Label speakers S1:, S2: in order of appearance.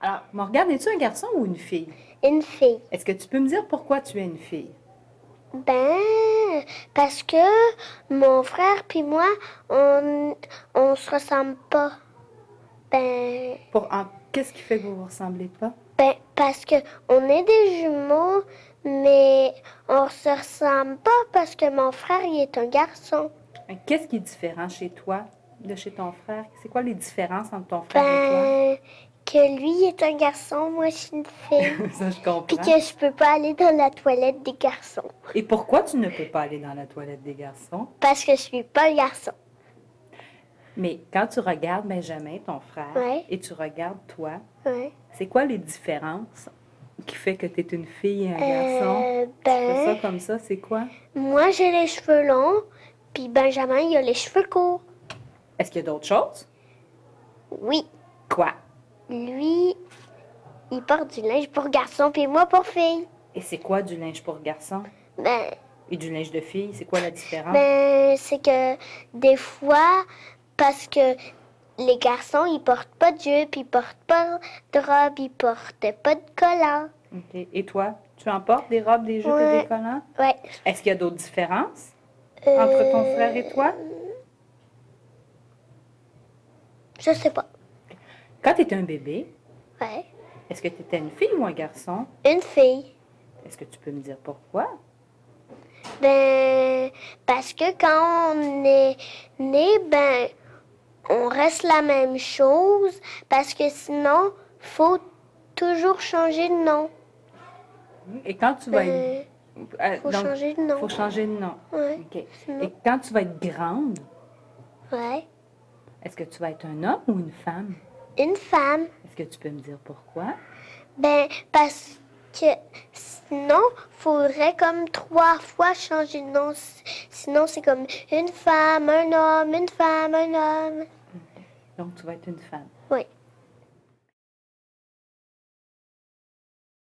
S1: Alors, Morgane, es-tu un garçon ou une fille?
S2: Une fille.
S1: Est-ce que tu peux me dire pourquoi tu es une fille?
S2: Ben, parce que mon frère puis moi, on, on se ressemble pas. Ben,
S1: Pour en- Qu'est-ce qui fait que vous vous ressemblez pas?
S2: ben, parce que on est des jumeaux, mais on se ressemble pas parce que mon frère, il est un garçon.
S1: Euh, Qu'est-ce qui est différent chez toi de chez ton frère? C'est quoi les différences entre ton frère et
S2: Ben, que lui, il est un garçon, moi, je suis une fille.
S1: toi? Ça, je
S2: Puis
S1: comprends.
S2: que je peux pas aller dans la toilette des garçons
S1: Et pourquoi tu ne peux pas aller dans la toilette des garçons?
S2: parce que je suis pas garçon.
S1: Mais quand tu regardes Benjamin, ton frère,
S2: Ouais.
S1: et tu regardes toi,
S2: Ouais.
S1: c'est quoi les différences qui fait que tu es une fille et un garçon?
S2: Euh,
S1: Tu fais
S2: ben,
S1: ça comme ça, c'est quoi?
S2: moi, j'ai les cheveux longs, puis Benjamin, il a les cheveux courts.
S1: Est-ce qu'il y a d'autres choses?
S2: Oui,
S1: Quoi?
S2: lui, il porte du linge pour garçon, puis moi pour fille.
S1: Et c'est quoi du linge pour garçon?
S2: Ben,
S1: Et du linge de fille, c'est quoi la différence?
S2: ben c'est que des fois, parce que les garçons, ils portent pas de jupe, ils portent pas de robe, ils portent pas de collant.
S1: OK. Et toi, tu emportes des robes, des jupes et
S2: Ouais.
S1: des collants?
S2: Ouais.
S1: Est-ce qu'il y a d'autres différences entre ton
S2: Euh,
S1: frère et toi?
S2: Je sais pas.
S1: Quand tu étais un bébé,
S2: Ouais.
S1: est-ce que tu étais une fille ou un garçon?
S2: Une fille.
S1: Est-ce que tu peux me dire pourquoi?
S2: Ben, parce que quand on est né, ben, on reste la même chose, parce que sinon, faut toujours changer de nom.
S1: Et quand tu vas être...
S2: Ben,
S1: euh,
S2: faut
S1: donc,
S2: changer de nom.
S1: faut changer de nom.
S2: Ouais,
S1: OK. Et
S2: sinon-
S1: quand tu vas être grande,
S2: ouais.
S1: est-ce que tu vas être un homme ou une femme?
S2: Une femme.
S1: Est-ce que tu peux me dire pourquoi?
S2: Ben, parce que sinon, faudrait comme trois fois changer de nom. S- Sinon, c'est comme une femme, un homme, une femme, un homme.
S1: Donc, tu vas être une femme.
S2: Oui.